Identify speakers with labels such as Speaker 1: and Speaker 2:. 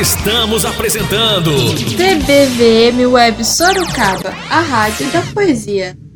Speaker 1: Estamos apresentando
Speaker 2: TBVM Web Sorocaba, a rádio da poesia.